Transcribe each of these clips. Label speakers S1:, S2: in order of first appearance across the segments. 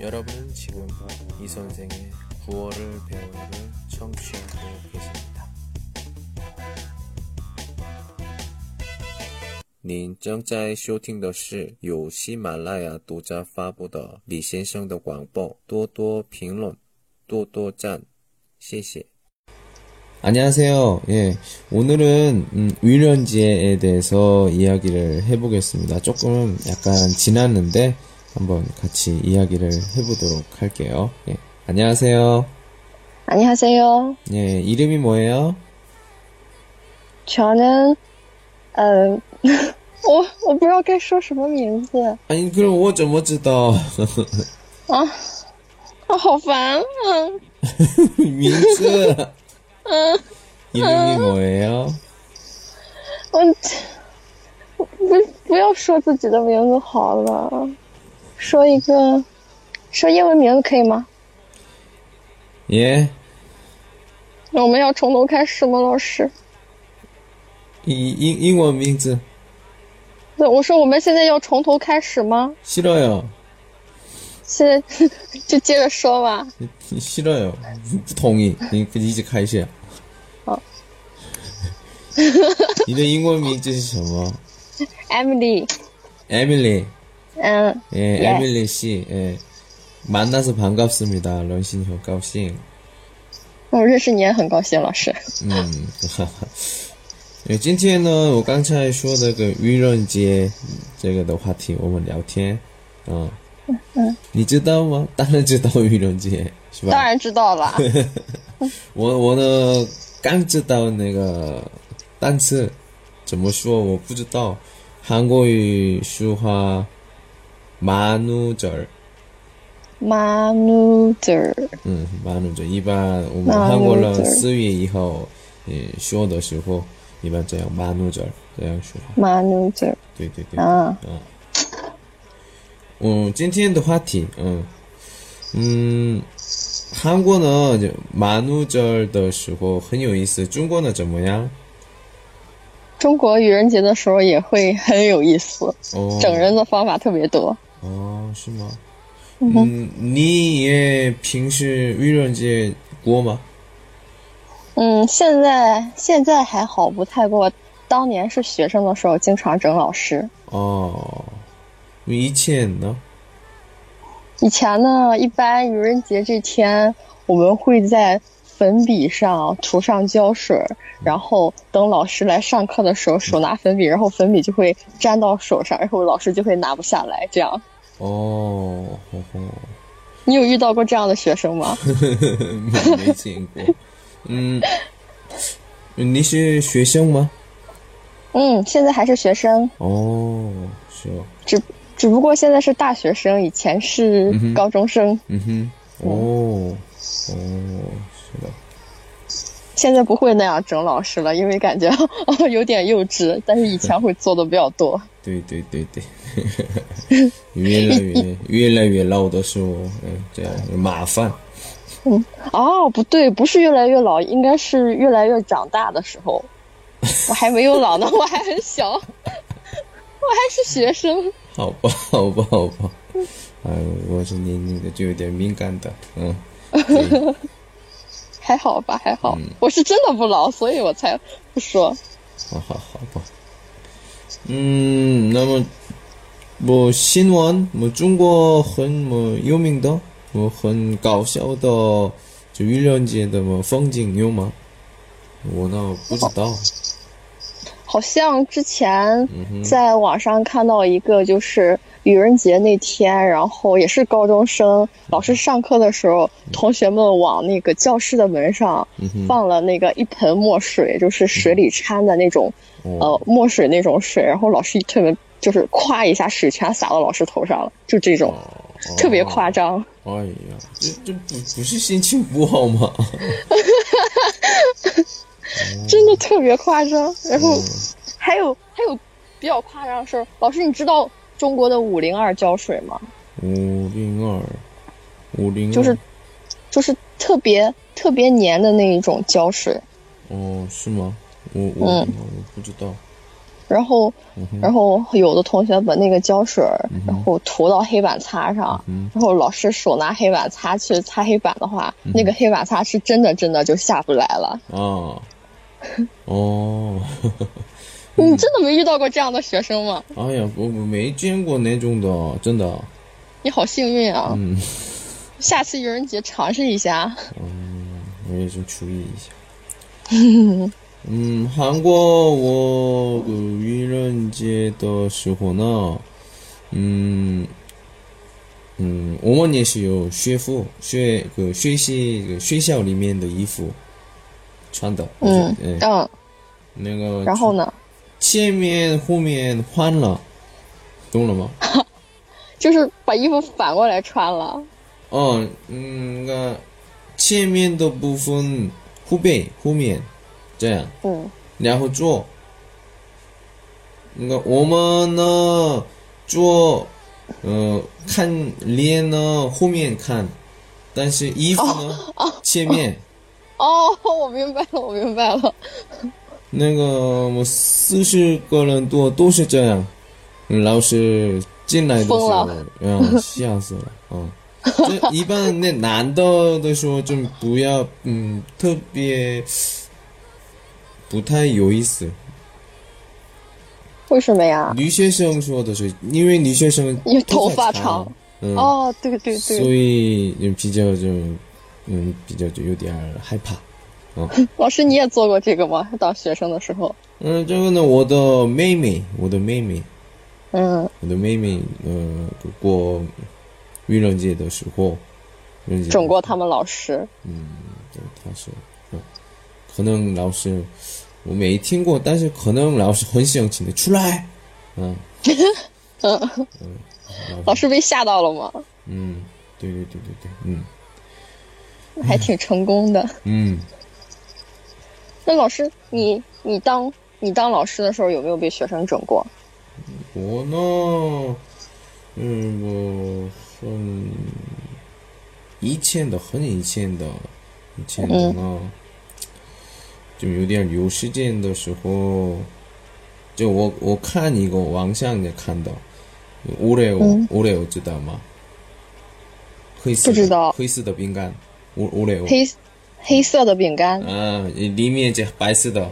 S1: 여러분 지금 이 선생의 구월을 배우를 청취하고 계십니다. 您正在收听的是由喜马拉雅独家发布的李先生的广播，多多评论，多多赞，谢谢。
S2: 안녕하세요. 예. 오늘은 음, 위련지에 대해서 이야기를 해보겠습니다. 조금 약간 지났는데 한번 같이 이야기를 해보도록 할게요. 예. 안녕하세요.
S3: 안녕하세요.
S2: 예. 이름이 뭐예요?
S3: 저는 음, 我我不知道该说什么名字
S2: 아니 그럼 我怎么知道
S3: 啊， 好烦啊！
S2: 민스. 이름이 뭐예요?
S3: 我我不不要说自己的名字好了，说一个说英文名字可以吗？
S2: 예.
S3: 我们要从头开始吗，老师？
S2: 이 인- 인원 민스.
S3: 对，我说我们现在要从头开始吗？
S2: 싫어요.
S3: 现在 就接着说吧。
S2: 싫어요. 동의. 이제 开始
S3: 好。
S2: 你的英文名字是什么
S3: Emily，
S2: ？Emily.
S3: 嗯，
S2: 예,
S3: 예.
S2: Emily 씨. 예. 만나서 반갑습니다. 런신 효과씨.
S3: 我认识你也很高兴，老师。
S2: 嗯，因为今天呢，我刚才说的个愚人节这个的话题，我们聊天。嗯。你知道吗？当然知道愚人节是吧？
S3: 当然知道了，
S2: 我我呢刚知道那个单词怎么说，我不知道。韩国语说话马努者儿，
S3: 马努德，
S2: 嗯，马努者儿一般我们
S3: 马努
S2: 韩国
S3: 者
S2: 人
S3: 儿
S2: 四月以后，嗯，说的时候一般这样马努者儿这样说话。
S3: 马努德
S2: 对对对，
S3: 啊，
S2: 嗯，嗯，今天的话题，嗯嗯，韩国呢就马努者儿的时候很有意思，中国呢怎么样？
S3: 中国愚人节的时候也会很有意思，
S2: 哦，
S3: 整人的方法特别多。
S2: 哦，是吗？嗯，你也平时愚人节过吗？
S3: 嗯，现在现在还好，不太过。当年是学生的时候，经常整老师。
S2: 哦，以前呢？
S3: 以前呢，一般愚人节这天，我们会在粉笔上涂上胶水，然后等老师来上课的时候，手拿粉笔，然后粉笔就会粘到手上，然后老师就会拿不下来。这样，
S2: 哦，呵呵，
S3: 你有遇到过这样的学生吗？
S2: 没没见过。嗯，你是学生吗？
S3: 嗯，现在还是学生，
S2: 哦，是哦，
S3: 只只不过现在是大学生，以前是
S2: 嗯哼
S3: 高中生，
S2: 嗯哼，哦，哦，是的。
S3: 现在不会那样整老师了，因为感觉 哦有点幼稚，但是以前会做的比较多。
S2: 对对对 对，越来越越来越老的时候，嗯，这样麻烦。
S3: 哦，不对，不是越来越老，应该是越来越长大的时候。我还没有老呢， 我还很小，我还是学生。
S2: 好吧， 好吧，好吧。哎，我是年龄的就有点敏感的， 嗯，对
S3: 还好吧，还好，
S2: 嗯
S3: 我是真的不老，所以我才不说。
S2: 好好好吧。嗯，那么我新闻，我中国很我有名的，我很搞笑的，就愚人节的么风景有吗？我呢不知道，
S3: 好像之前
S2: 嗯哼，
S3: 在网上看到一个，就是愚人节那天，然后也是高中生，老师上课的时候，同学们往那个教室的门上
S2: 嗯哼，
S3: 放了那个一盆墨水，就是水里掺的那种
S2: 哦
S3: 呃墨水那种水，然后老师一推门就是咵一下水全洒到老师头上了，就这
S2: 哦
S3: 种特别夸张。
S2: 哎呀，这这不不是心情不好吗？
S3: 真的特别夸张。然后
S2: 嗯
S3: 还有还有比较夸张的事儿，老师你知道中国的五零二胶水吗？
S2: 五零二，五零二，
S3: 就是就是特别特别黏的那一种胶水，
S2: 哦，是吗？我我、
S3: 嗯
S2: 我不知道。
S3: 然后，
S2: 嗯
S3: 然后有的同学把那个胶水儿，然后涂到黑板擦上，
S2: 嗯
S3: 然后老师手拿黑板擦去擦黑板的话，
S2: 嗯
S3: 那个黑板擦是真的真的就下不来了。
S2: 哦，哦， 嗯
S3: 你真的没遇到过这样的学生吗？
S2: 哎呀，我我没见过那种的，真的。
S3: 你好幸运啊！
S2: 嗯，
S3: 下次愚人节尝试一下。
S2: 我也是注意一下。 嗯，韩国我呃愚人节的时候呢，嗯嗯，我们也是有学服，学个学习个学校里面的衣服穿的。我觉得哎
S3: 嗯嗯，
S2: 那个
S3: 然后呢，
S2: 前面后面换了，懂了吗？嗯
S3: 就是把衣服反过来穿了。
S2: 哦，嗯，那个前面的部分后背后面这样。
S3: 嗯
S2: 然后做。那个我们呢做，呃，看脸呢后面看，但是衣服呢、前面。
S3: 哦， 我明白了，我明白了。
S2: 那个我四十个人多都是这样，老师进来的时
S3: 疯
S2: 候
S3: 了，
S2: 嗯，吓死了，嗯。这一般那男的的时候就不要，嗯，特别不太有意思。
S3: 为什么呀？
S2: 女学生说的是，因为女学生
S3: 因为头
S2: 发
S3: 发长，
S2: 嗯，
S3: 哦，对对
S2: 所
S3: 对，
S2: 以就比较就，嗯，比较就有点儿害怕。
S3: 老师你也做过这个吗？当学生的时候？
S2: 嗯，这个呢，我的妹妹，我的妹妹，
S3: 嗯
S2: 我的妹妹，呃，过愚人节的时候，愚人节，
S3: 整过他们老师。
S2: 对，她是，嗯，可能老师我没听过，但是可能老师很想请你出来，嗯，
S3: 嗯，老师被吓到了吗？
S2: 嗯，对对对对对，嗯
S3: 还挺成功的。
S2: 嗯。
S3: 那老师，你你当你当老师的时候有没有被学生整过？
S2: 我呢，嗯，我很以前的，很以前的，以前的呢，
S3: 嗯
S2: 就有点有时间的时候，就我我看一个网上也看到，오레오、欧오레오知道吗？黑色的
S3: 嗯不知道
S2: 黑色的饼干，오오레오
S3: 黑黑色的饼干。哦
S2: 啊，里面这白色的，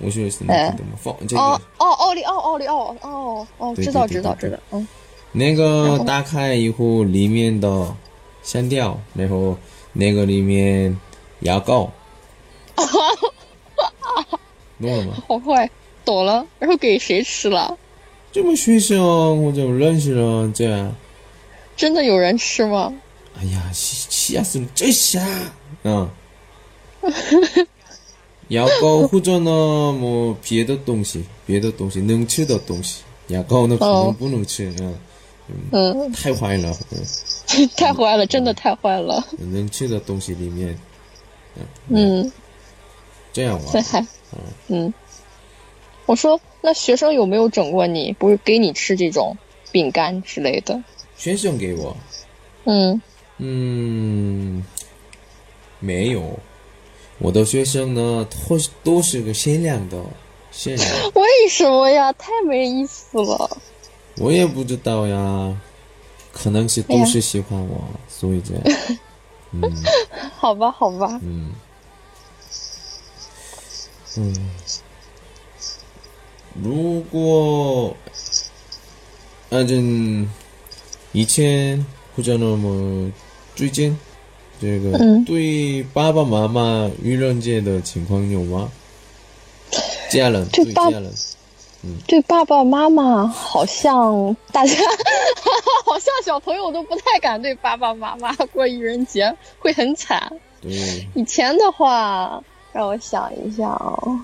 S2: 我说是那个的吗？放这个。
S3: 哎哦哦，奥利奥，奥利奥，哦哦，
S2: 对
S3: 知道
S2: 对对
S3: 知道
S2: 对
S3: 知道，嗯，
S2: 那个打开以后，里面的删掉，然后那个里面牙膏，懂了吗？
S3: 好快，懂了。然后给谁吃了？
S2: 这么学生啊我就认识了，这样，
S3: 真的有人吃吗？
S2: 哎呀，吓吓死了，真傻，嗯。牙膏或者呢，么别的东西，别的东西能吃的东西，牙膏呢可能
S3: 哦
S2: 不能吃，嗯，
S3: 嗯，
S2: 太坏了，嗯，
S3: 太坏了，真的太坏了。
S2: 能吃的东西里面
S3: 嗯，
S2: 这样啊
S3: 这
S2: 玩，
S3: 还， 嗯，我说那学生有没有整过你？不是给你吃这种饼干之类的？
S2: 学生给我，
S3: 嗯，
S2: 嗯，没有，我的学生呢，都是都是个限量的，限量，
S3: 为什么呀？太没意思了。
S2: 我也不知道呀，可能是都是喜欢我，所以这 样，
S3: 好吧，好吧，
S2: 嗯，嗯，如果，反正以前或者那么最近，这个
S3: 嗯
S2: 对爸爸妈妈愚人节的情况有吗？家人
S3: 对
S2: 对家
S3: 爸
S2: 人，
S3: 对爸爸妈妈好像大家， 好像小朋友都不太敢对爸爸妈妈过愚人节，会很惨。
S2: 对，
S3: 以前的话，让我想一下哦。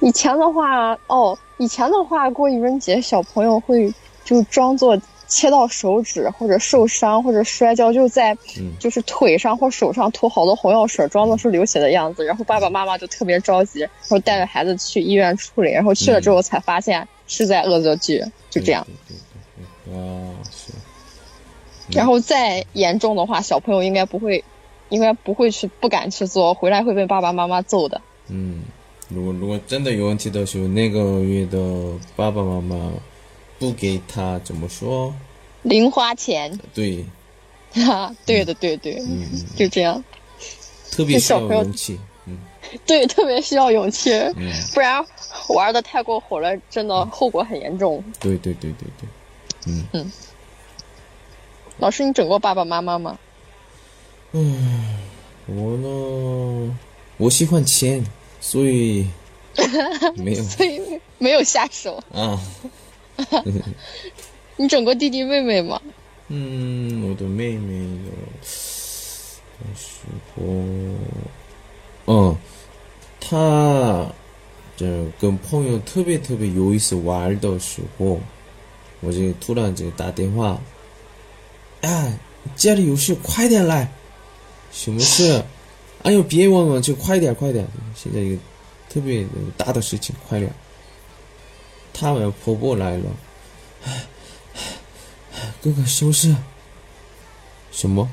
S3: 以前的话，哦，以前的话，过愚人节小朋友会就装作切到手指或者受伤或者摔跤，就在
S2: 嗯
S3: 就是腿上或手上涂好多红药水，装作是流血的样子。然后爸爸妈妈就特别着急，然后带着孩子去医院处理，然后去了之后才发现是在恶作剧，就这样。
S2: 对，对对对，啊，是，
S3: 然后再严重的话，小朋友应该不会，应该不会去，不敢去做，回来会被爸爸妈妈揍的。
S2: 嗯，如果如果真的有问题的时候，那个月的爸爸妈妈不给他怎么说？
S3: 零花钱，
S2: 对，
S3: 哈，对的，对对，
S2: 嗯，
S3: 就这样。
S2: 特别需要
S3: 小朋友
S2: 勇气，嗯
S3: 对，特别需要勇气，
S2: 嗯，
S3: 不然玩的太过火了，真的后果很严重。
S2: 对对对对对，嗯，
S3: 老师，你整过爸爸妈妈吗？
S2: 我呢，我喜欢钱，所以没有
S3: 所以没有下手。
S2: 啊，
S3: 你整过弟弟妹妹吗？
S2: 嗯，我的妹妹有，但是我，嗯，她就跟朋友特别特别有意思玩的时候，我就突然就打电话，哎，家里有事，快点来，什么事？哎呦，别问我，就快点，快点！现在一个特别大的事情，快点！他们婆婆来了。哥哥，什么事？什么？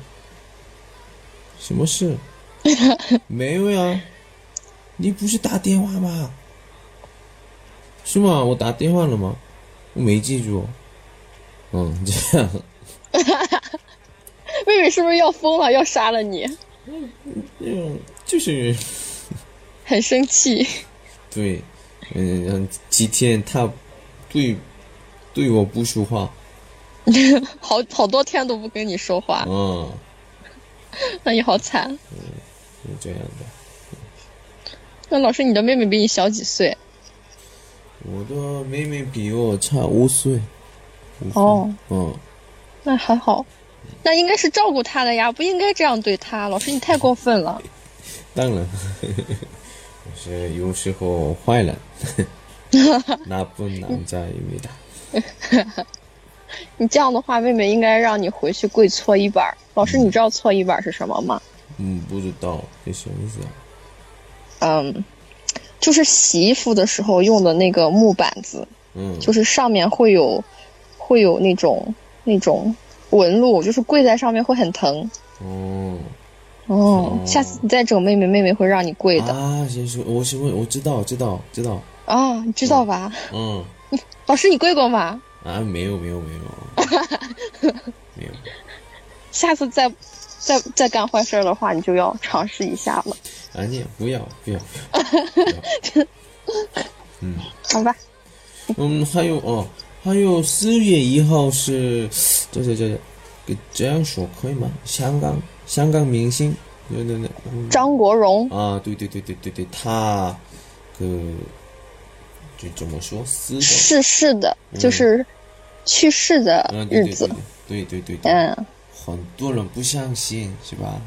S2: 什么事？没有呀，你不是打电话吗？是吗？我打电话了吗？我没记住。嗯，这样
S3: 妹妹是不是要疯了，要杀了你？
S2: 嗯，就是
S3: 很生气，
S2: 对，嗯，嗯几天他对对我不说话，
S3: 好好多天都不跟你说话，
S2: 嗯，
S3: 那你好惨。
S2: 是这样的。
S3: 那老师，你的妹妹比你小几岁？
S2: 我的妹妹比我差五岁，五岁
S3: 哦，
S2: 嗯。
S3: 那还好，那应该是照顾她的呀，不应该这样对她。老师，你太过分了。
S2: 当然，我是有时候坏了，나쁜남자입니다。
S3: 你这样的话，妹妹应该让你回去跪搓衣板儿。老师，你知道搓衣板儿是什么吗？
S2: 嗯，不知道这什么意思啊？
S3: 嗯，就是洗衣服的时候用的那个木板子，
S2: 嗯，
S3: 就是上面会有会有那种那种纹路，就是跪在上面会很疼。
S2: 哦，
S3: 哦
S2: 哦，
S3: 下次你再整妹妹，妹妹会让你跪的
S2: 啊，先说，我是问，我知道，知道，知道，
S3: 啊，你知道吧？
S2: 嗯，
S3: 老师，你跪过吗？
S2: 啊，没有，没有，没有，没有，
S3: 下次再再再干坏事儿的话，你就要尝试一下了，
S2: 啊，你不要，不要，
S3: 好吧？
S2: 嗯，还有哦，还有四月一号是，这这这这，给这样说可以吗？香港，香港明星，对对对，嗯
S3: 张国荣
S2: 啊，对对对对对对，他그就怎么说死的，
S3: 逝世的，就是去世的
S2: 嗯，对
S3: 日
S2: 对
S3: 子
S2: 对，对对对对，
S3: 嗯。
S2: 很多人不相信是吧？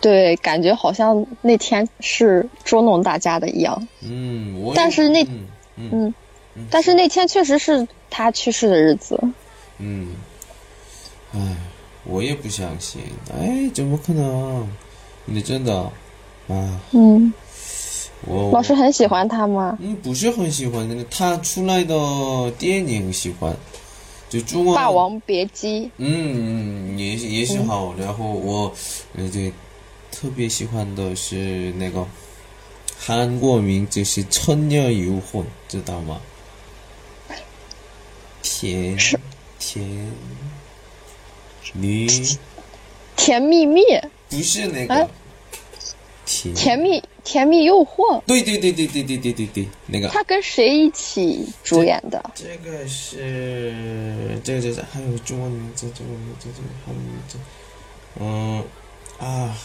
S3: 对，感觉好像那天是捉弄大家的一样。
S2: 嗯，我
S3: 但
S2: 也
S3: 是那
S2: 嗯嗯
S3: 嗯，但是那天确实是他去世的日子。
S2: 嗯，哎，我也不相信，哎，怎么可能？你真的啊，
S3: 嗯，
S2: 我
S3: 老师很喜欢他吗？
S2: 嗯不是很喜欢那个他出来的电影喜欢，就中文
S3: 《霸王别姬》
S2: 嗯，也是也是好。然后我，呃，这特别喜欢的是那个韩国名字是《천녀诱惑》，知道吗？甜甜女
S3: 甜蜜蜜》《
S2: 不是那个、
S3: 哎
S2: 甜
S3: 甜蜜甜蜜诱惑》，
S2: 对对对对对对对对对，那个
S3: 他跟谁一起主演的？
S2: 这个是这个这个还有中文名字，中文名字，这个还有名字，嗯啊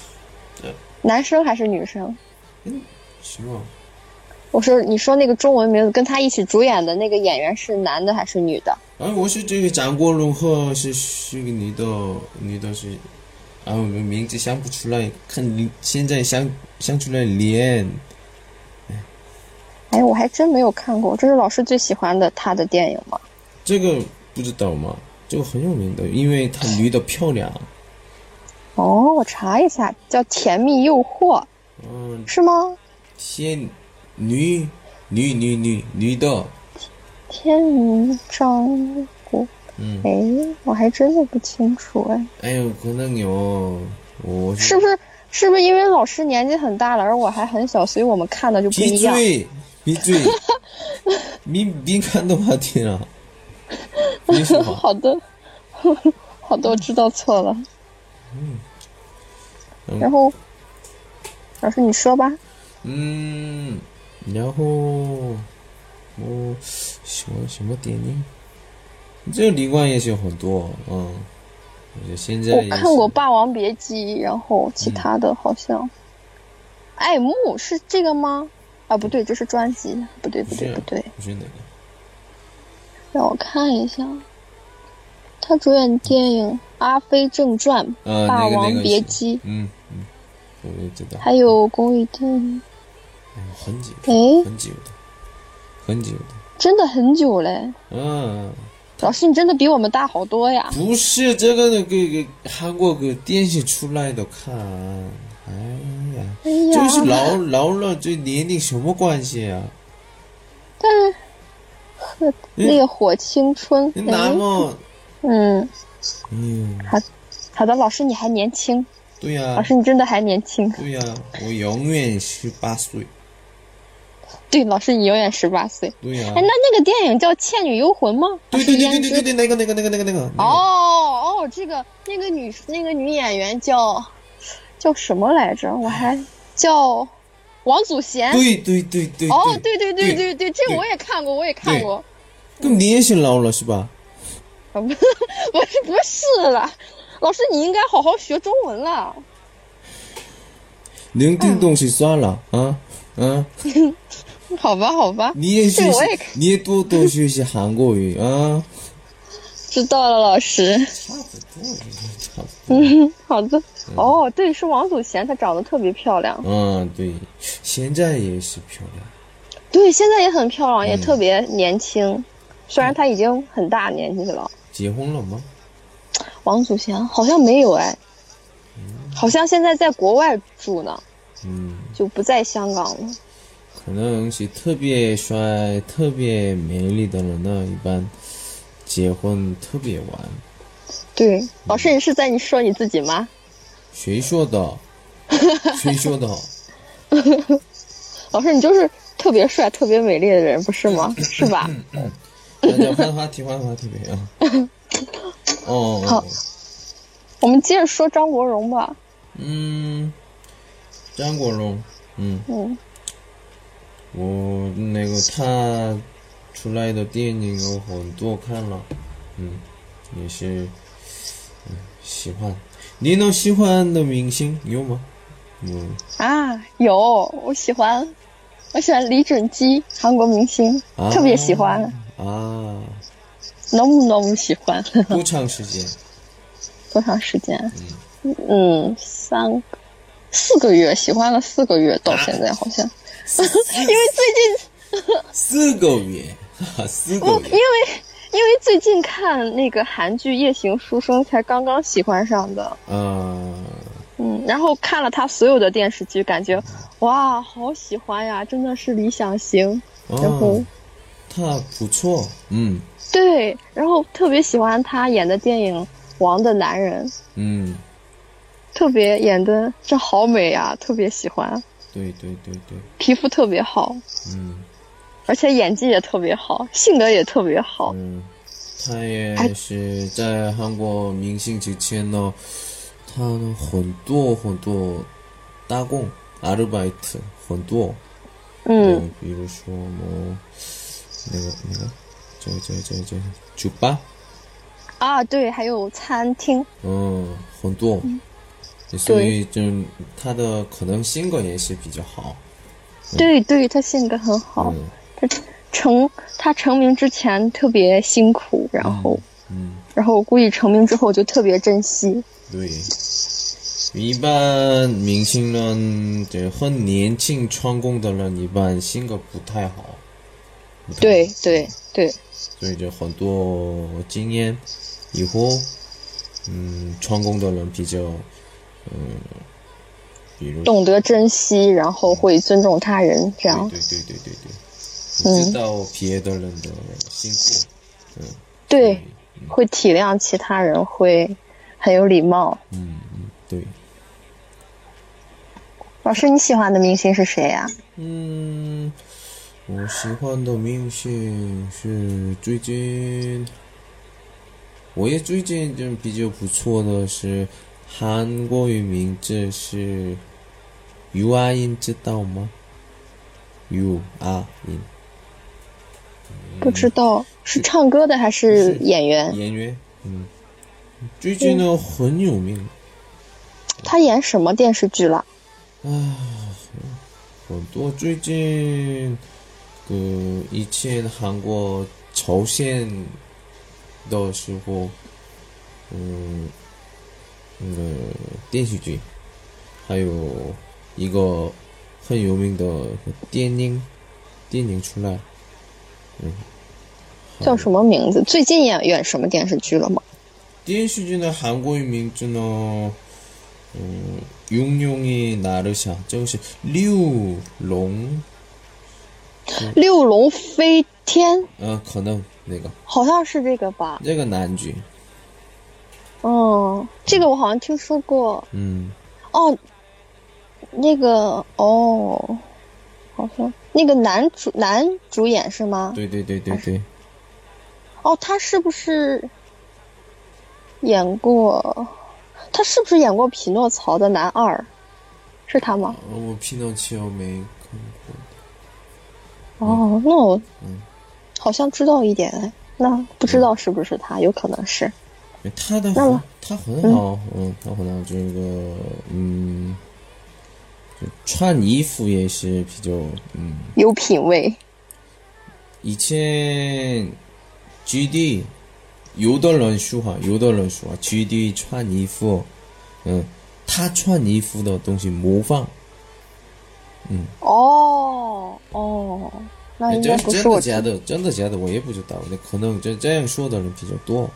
S3: 男生还是女生？
S2: 什么？
S3: 我说，你说那个中文名字跟他一起主演的那个演员是男的还是女的？
S2: 哎，我是这个张国荣和是是个女的，女的是，啊，我们名字想不出来，看你现在想想出来脸，
S3: 哎，我还真没有看过，这是老师最喜欢的他的电影吗？
S2: 这个不知道吗？这个很有名的，因为她女的漂亮，
S3: 哦，我查一下，叫《甜蜜诱惑》
S2: 嗯，
S3: 是吗？
S2: 天，女女女女女的，
S3: 天明张国，
S2: 嗯
S3: 哎，我还真的不清楚哎，
S2: 哎呦，可能有，我
S3: 是不是是不是因为老师年纪很大了，而我还很小，所以我们看的 就不
S2: 闭
S3: 一样？
S2: 嘴，闭嘴，敏 敏感的话题了，没什么。
S3: 好的，好的，我知道错了。
S2: 嗯
S3: 然后老师你说吧，
S2: 嗯，然后我喜欢什么电影？这个李冠也是有很多，嗯，我觉得现在
S3: 我
S2: 也
S3: 看
S2: 是
S3: 过《霸王别姬》，然后其他的好像
S2: 嗯
S3: 《爱慕》是这个吗？啊，不对，这是专辑，不对，不
S2: 嗯不是
S3: 对，不对，
S2: 不是哪个？
S3: 让我看一下，他主演电影《阿飞正传》
S2: 呃，
S3: 霸
S2: 那个那
S3: 王
S2: 个
S3: 别
S2: 是
S3: 姬》
S2: 嗯嗯，我也知道，
S3: 还有公益电影，
S2: 哎呦很久，
S3: 哎
S2: 很久的，很久
S3: 真的很久嘞。
S2: 的，啊，
S3: 老师，你真的比我们大好多呀！
S2: 不是这个那个个韩国个电视出来的看，哎呀，
S3: 哎呀，
S2: 就是老老了这年龄什么关系啊？
S3: 烈火青春
S2: 你》哦
S3: 哎
S2: 那，么，
S3: 嗯，
S2: 嗯，
S3: 好的，老师你还年轻，
S2: 对呀、
S3: 老师你真的还年轻。
S2: 对呀、我永远十八岁，
S3: 对，老师你永远十八岁。
S2: 对呀、
S3: 哎，那那个电影叫《倩女幽魂》吗？
S2: 对啊对
S3: 还是
S2: 对对对
S3: 胭脂
S2: 对对，那个那个那个那个那个，那个
S3: 哦哦，这个那个女那个女演员叫叫什么来着？我还叫王祖贤。
S2: 对对对对，
S3: 哦，对对
S2: 对
S3: 对对对，这
S2: 对
S3: 个我也看过，我也看过。
S2: 那你也是老了是吧？
S3: 啊不不是不是了，老师你应该好好学中文了。
S2: 能听懂就算了啊啊！
S3: 好吧好吧，
S2: 你也学
S3: 对
S2: 习
S3: 我也，
S2: 你也多多学习韩国语啊！
S3: 知道了，老师。
S2: 差不多，差不多。
S3: 嗯，好的。哦，对，是王祖贤，她长得特别漂亮。
S2: 嗯，对，现在也是漂亮。
S3: 对，现在也很漂亮，
S2: 嗯
S3: 也特别年轻。虽然她已经很大年纪了，
S2: 结婚了吗？
S3: 王祖贤好像没有哎，好像现在在国外住呢，
S2: 嗯，
S3: 就不在香港了。
S2: 可能是特别帅、特别美丽的人呢，一般结婚特别晚。嗯
S3: 对，老师，你是在你说你自己吗？
S2: 谁说 的？谁说的？
S3: 老师，你就是特别帅、特别美丽的人，不是吗？是吧？
S2: 大家换话题，换话题呗啊！哦，
S3: 好我们接着说张国荣吧。
S2: 嗯，张国荣，嗯，
S3: 嗯，
S2: 我那个他出来的电影有很多看了，嗯，也是，嗯，嗯喜欢。你能喜欢的明星有吗？嗯
S3: 啊，有，我喜欢，我喜欢李准基，韩国明星，
S2: 啊
S3: 特别喜欢，
S2: 啊，
S3: 能不能不喜欢？
S2: 多长时间？
S3: 多长时间？嗯，三个四个月，喜欢了四个月，
S2: 啊
S3: 到现在好 像， 因为最近
S2: 四个 月，哈哈，四个
S3: 不，嗯因
S2: 月。
S3: 为因为最近看那个韩剧《夜行书生》，才刚刚喜欢上的。
S2: 啊，
S3: 嗯，然后看了他所有的电视剧，感觉哇，好喜欢呀，真的是理想型。
S2: 어.
S3: 然后、
S2: 哦，他不错，嗯
S3: 对，然后特别喜欢他演的电影《王的男人》，
S2: 嗯，
S3: 特别演的这好美呀，特别喜欢，
S2: 对对对对，
S3: 皮肤特别好，
S2: 嗯。
S3: 而且演技也特别好，性格也特别好。
S2: 嗯，他也是在韩国明星之前呢，他呢很多很多打工アルバイト很多，
S3: 嗯，
S2: 比如说么那个那个叫叫叫叫酒吧，
S3: 啊，对，还有餐厅，
S2: 嗯，很多，所以就他的可能性格也是比较好，
S3: 对对，他性格很好。
S2: 嗯
S3: 他成他成名之前特别辛苦，然后、
S2: 嗯。
S3: 然后估计成名之后就特别珍惜。
S2: 对，一般明星呢，这很年轻成功的人，一般性格不太好，不太好
S3: 对，对对，
S2: 所以就很多经验以后，嗯，成功的人比较，嗯，比如
S3: 懂得珍惜，然后会尊重他人，这样
S2: 对对对对对对，
S3: 嗯
S2: 知道别的人的辛苦，嗯，
S3: 对，会体谅
S2: 嗯
S3: 其他人，会很有礼貌。
S2: 嗯嗯，对，
S3: 老师，你喜欢的明星是谁啊呀、
S2: 嗯，我喜欢的明星是最近，我也最近就比较不错的是韩国语名字是유아인知道吗？유아인
S3: 不知道是唱歌的还是演员？
S2: 演员，嗯，最近呢很有名，
S3: 他演什么电视剧了？
S2: 很多最近그以前韩国朝鲜的时候，嗯，那个电视剧，还有一个很有名的电影，电影出来，
S3: 叫什么名字？最近演演什么电视剧了吗？
S2: 电视剧的韩国语名字呢，嗯，용용이 어, 나르샤，这个是六龙，
S3: 六龙飞天
S2: 呃，可能那个
S3: 好像是这个吧？
S2: 那个男剧，
S3: 嗯，这个我好像听说过。
S2: 嗯。
S3: 哦，那个哦，好像那个男主男主演是吗？
S2: 对对对对对，
S3: 哦，他是不是演过？他是不是演过《匹诺曹》的男二？是他吗？
S2: 呃我匹诺丘没看过。嗯
S3: 哦，那我好像知道一点哎，那不知道是不是他，有可能是。
S2: 哎他的
S3: 那
S2: 很
S3: 么
S2: 他很好，嗯，他很好，这个嗯，就穿衣服也是比较嗯，
S3: 有品味。
S2: 以前 GD 有的人说哈，有的人说 GD 穿衣服，嗯，他穿衣服的东西模仿，
S3: 哦哦，那
S2: 哎
S3: 应
S2: 这
S3: 该不
S2: 真
S3: 是我
S2: 的假的？真的假的？我也不知道，那可能这这样说的人比较多。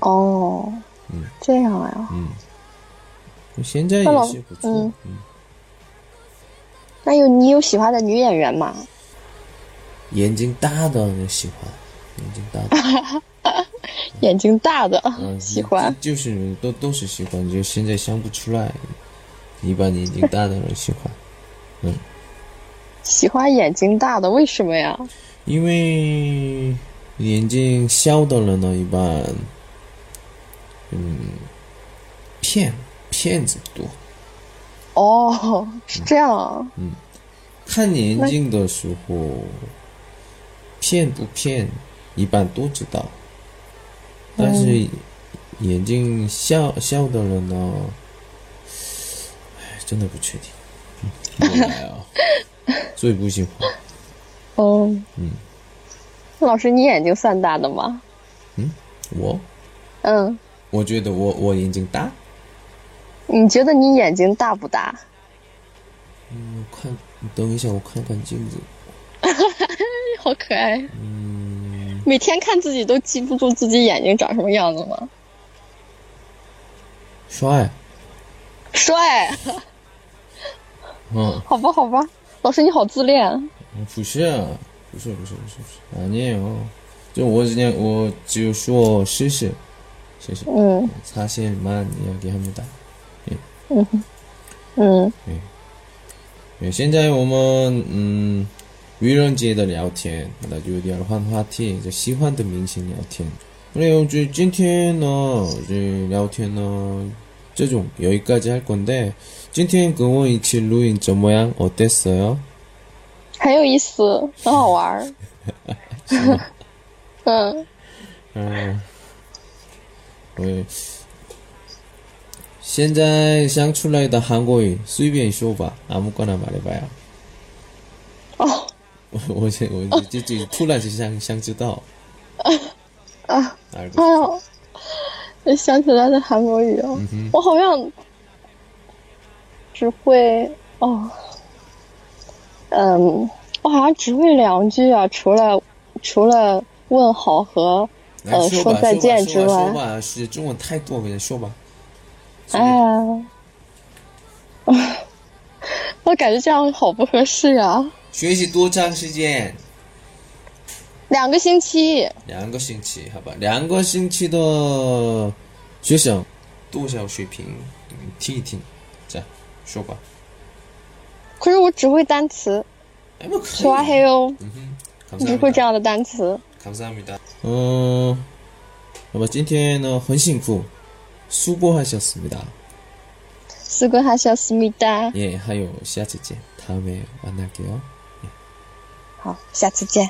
S3: 哦，这样呀、
S2: 现在
S3: 那
S2: 也
S3: 老
S2: 是不错，
S3: 嗯
S2: 嗯
S3: 那有你有喜欢的女演员吗？
S2: 眼睛大的人喜欢，眼睛大的，
S3: 眼睛大的、
S2: 嗯，
S3: 喜欢。
S2: 就就是都都是喜欢，就现在想不出来，一般眼睛大的人喜欢，
S3: 喜欢眼睛大的，为什么呀？
S2: 因为眼睛小的人呢，一般，嗯，骗骗子多，
S3: 哦，是这样啊。
S2: 看眼睛的时候，骗不骗，一般都知道。但是眼睛笑笑的人呢，唉真的不确定。我来啊，最不喜欢。
S3: 哦，嗯。老师，你眼睛算大的吗？
S2: 我，
S3: 嗯，
S2: 我觉得我我眼睛大，
S3: 你觉得你眼睛大不大？
S2: 我看，等一下我看看镜子。
S3: 好可爱。嗯。每天看自己都记不住自己眼睛长什么样子吗？
S2: 帅，
S3: 帅，
S2: 嗯，
S3: 好吧，好吧。老师，你好自恋。
S2: 不是啊，不是不是不是不是，啊아니에요。就我그냥我只有说试试，试试。
S3: 嗯
S2: 사실만 이야기합니다.
S3: 嗯，
S2: 예, 现在我们, 음, 위런지의 聊天,那就聊换话题, 이제 시환의 민星 聊天. 그래요, 今天呢, 이제 聊天呢,这种 여기까지 할 건데, 今天跟我一起录音怎么样? 어땠어요?
S3: 很有意思，很好玩儿。 嗯。
S2: 음, 예. 现在想出来的韩国语随便说吧，아무거나 말해봐요.
S3: 哦，
S2: 我 我现我这这突然就想想知道啊，哪
S3: 哎
S2: 个？
S3: 呦，我 想起来的韩国语哦，我好像只会哦，嗯，我好像只会两句啊，除了除了问好和
S2: 来
S3: 呃
S2: 说吧
S3: 说再见之
S2: 说吧说
S3: 外，
S2: 吧，是中文太多，了，说吧。
S3: 哎呀， 我感觉这样好不合适啊，
S2: 学习多长时间？
S3: 两个星期
S2: 两个星期，好吧，两个星期的 아, 学生多少水平？嗯听一听，这样说吧。
S3: 可是我只会单词，
S2: 뭐嗯
S3: 啊좋아해요， 只会这样的单词。
S2: 감사합니다嗯，那么今天呢很辛苦，수고하셨습니다。
S3: 수고하셨습니다
S2: 예， 还有下次见，다음에만날게요。
S3: 好，下次见。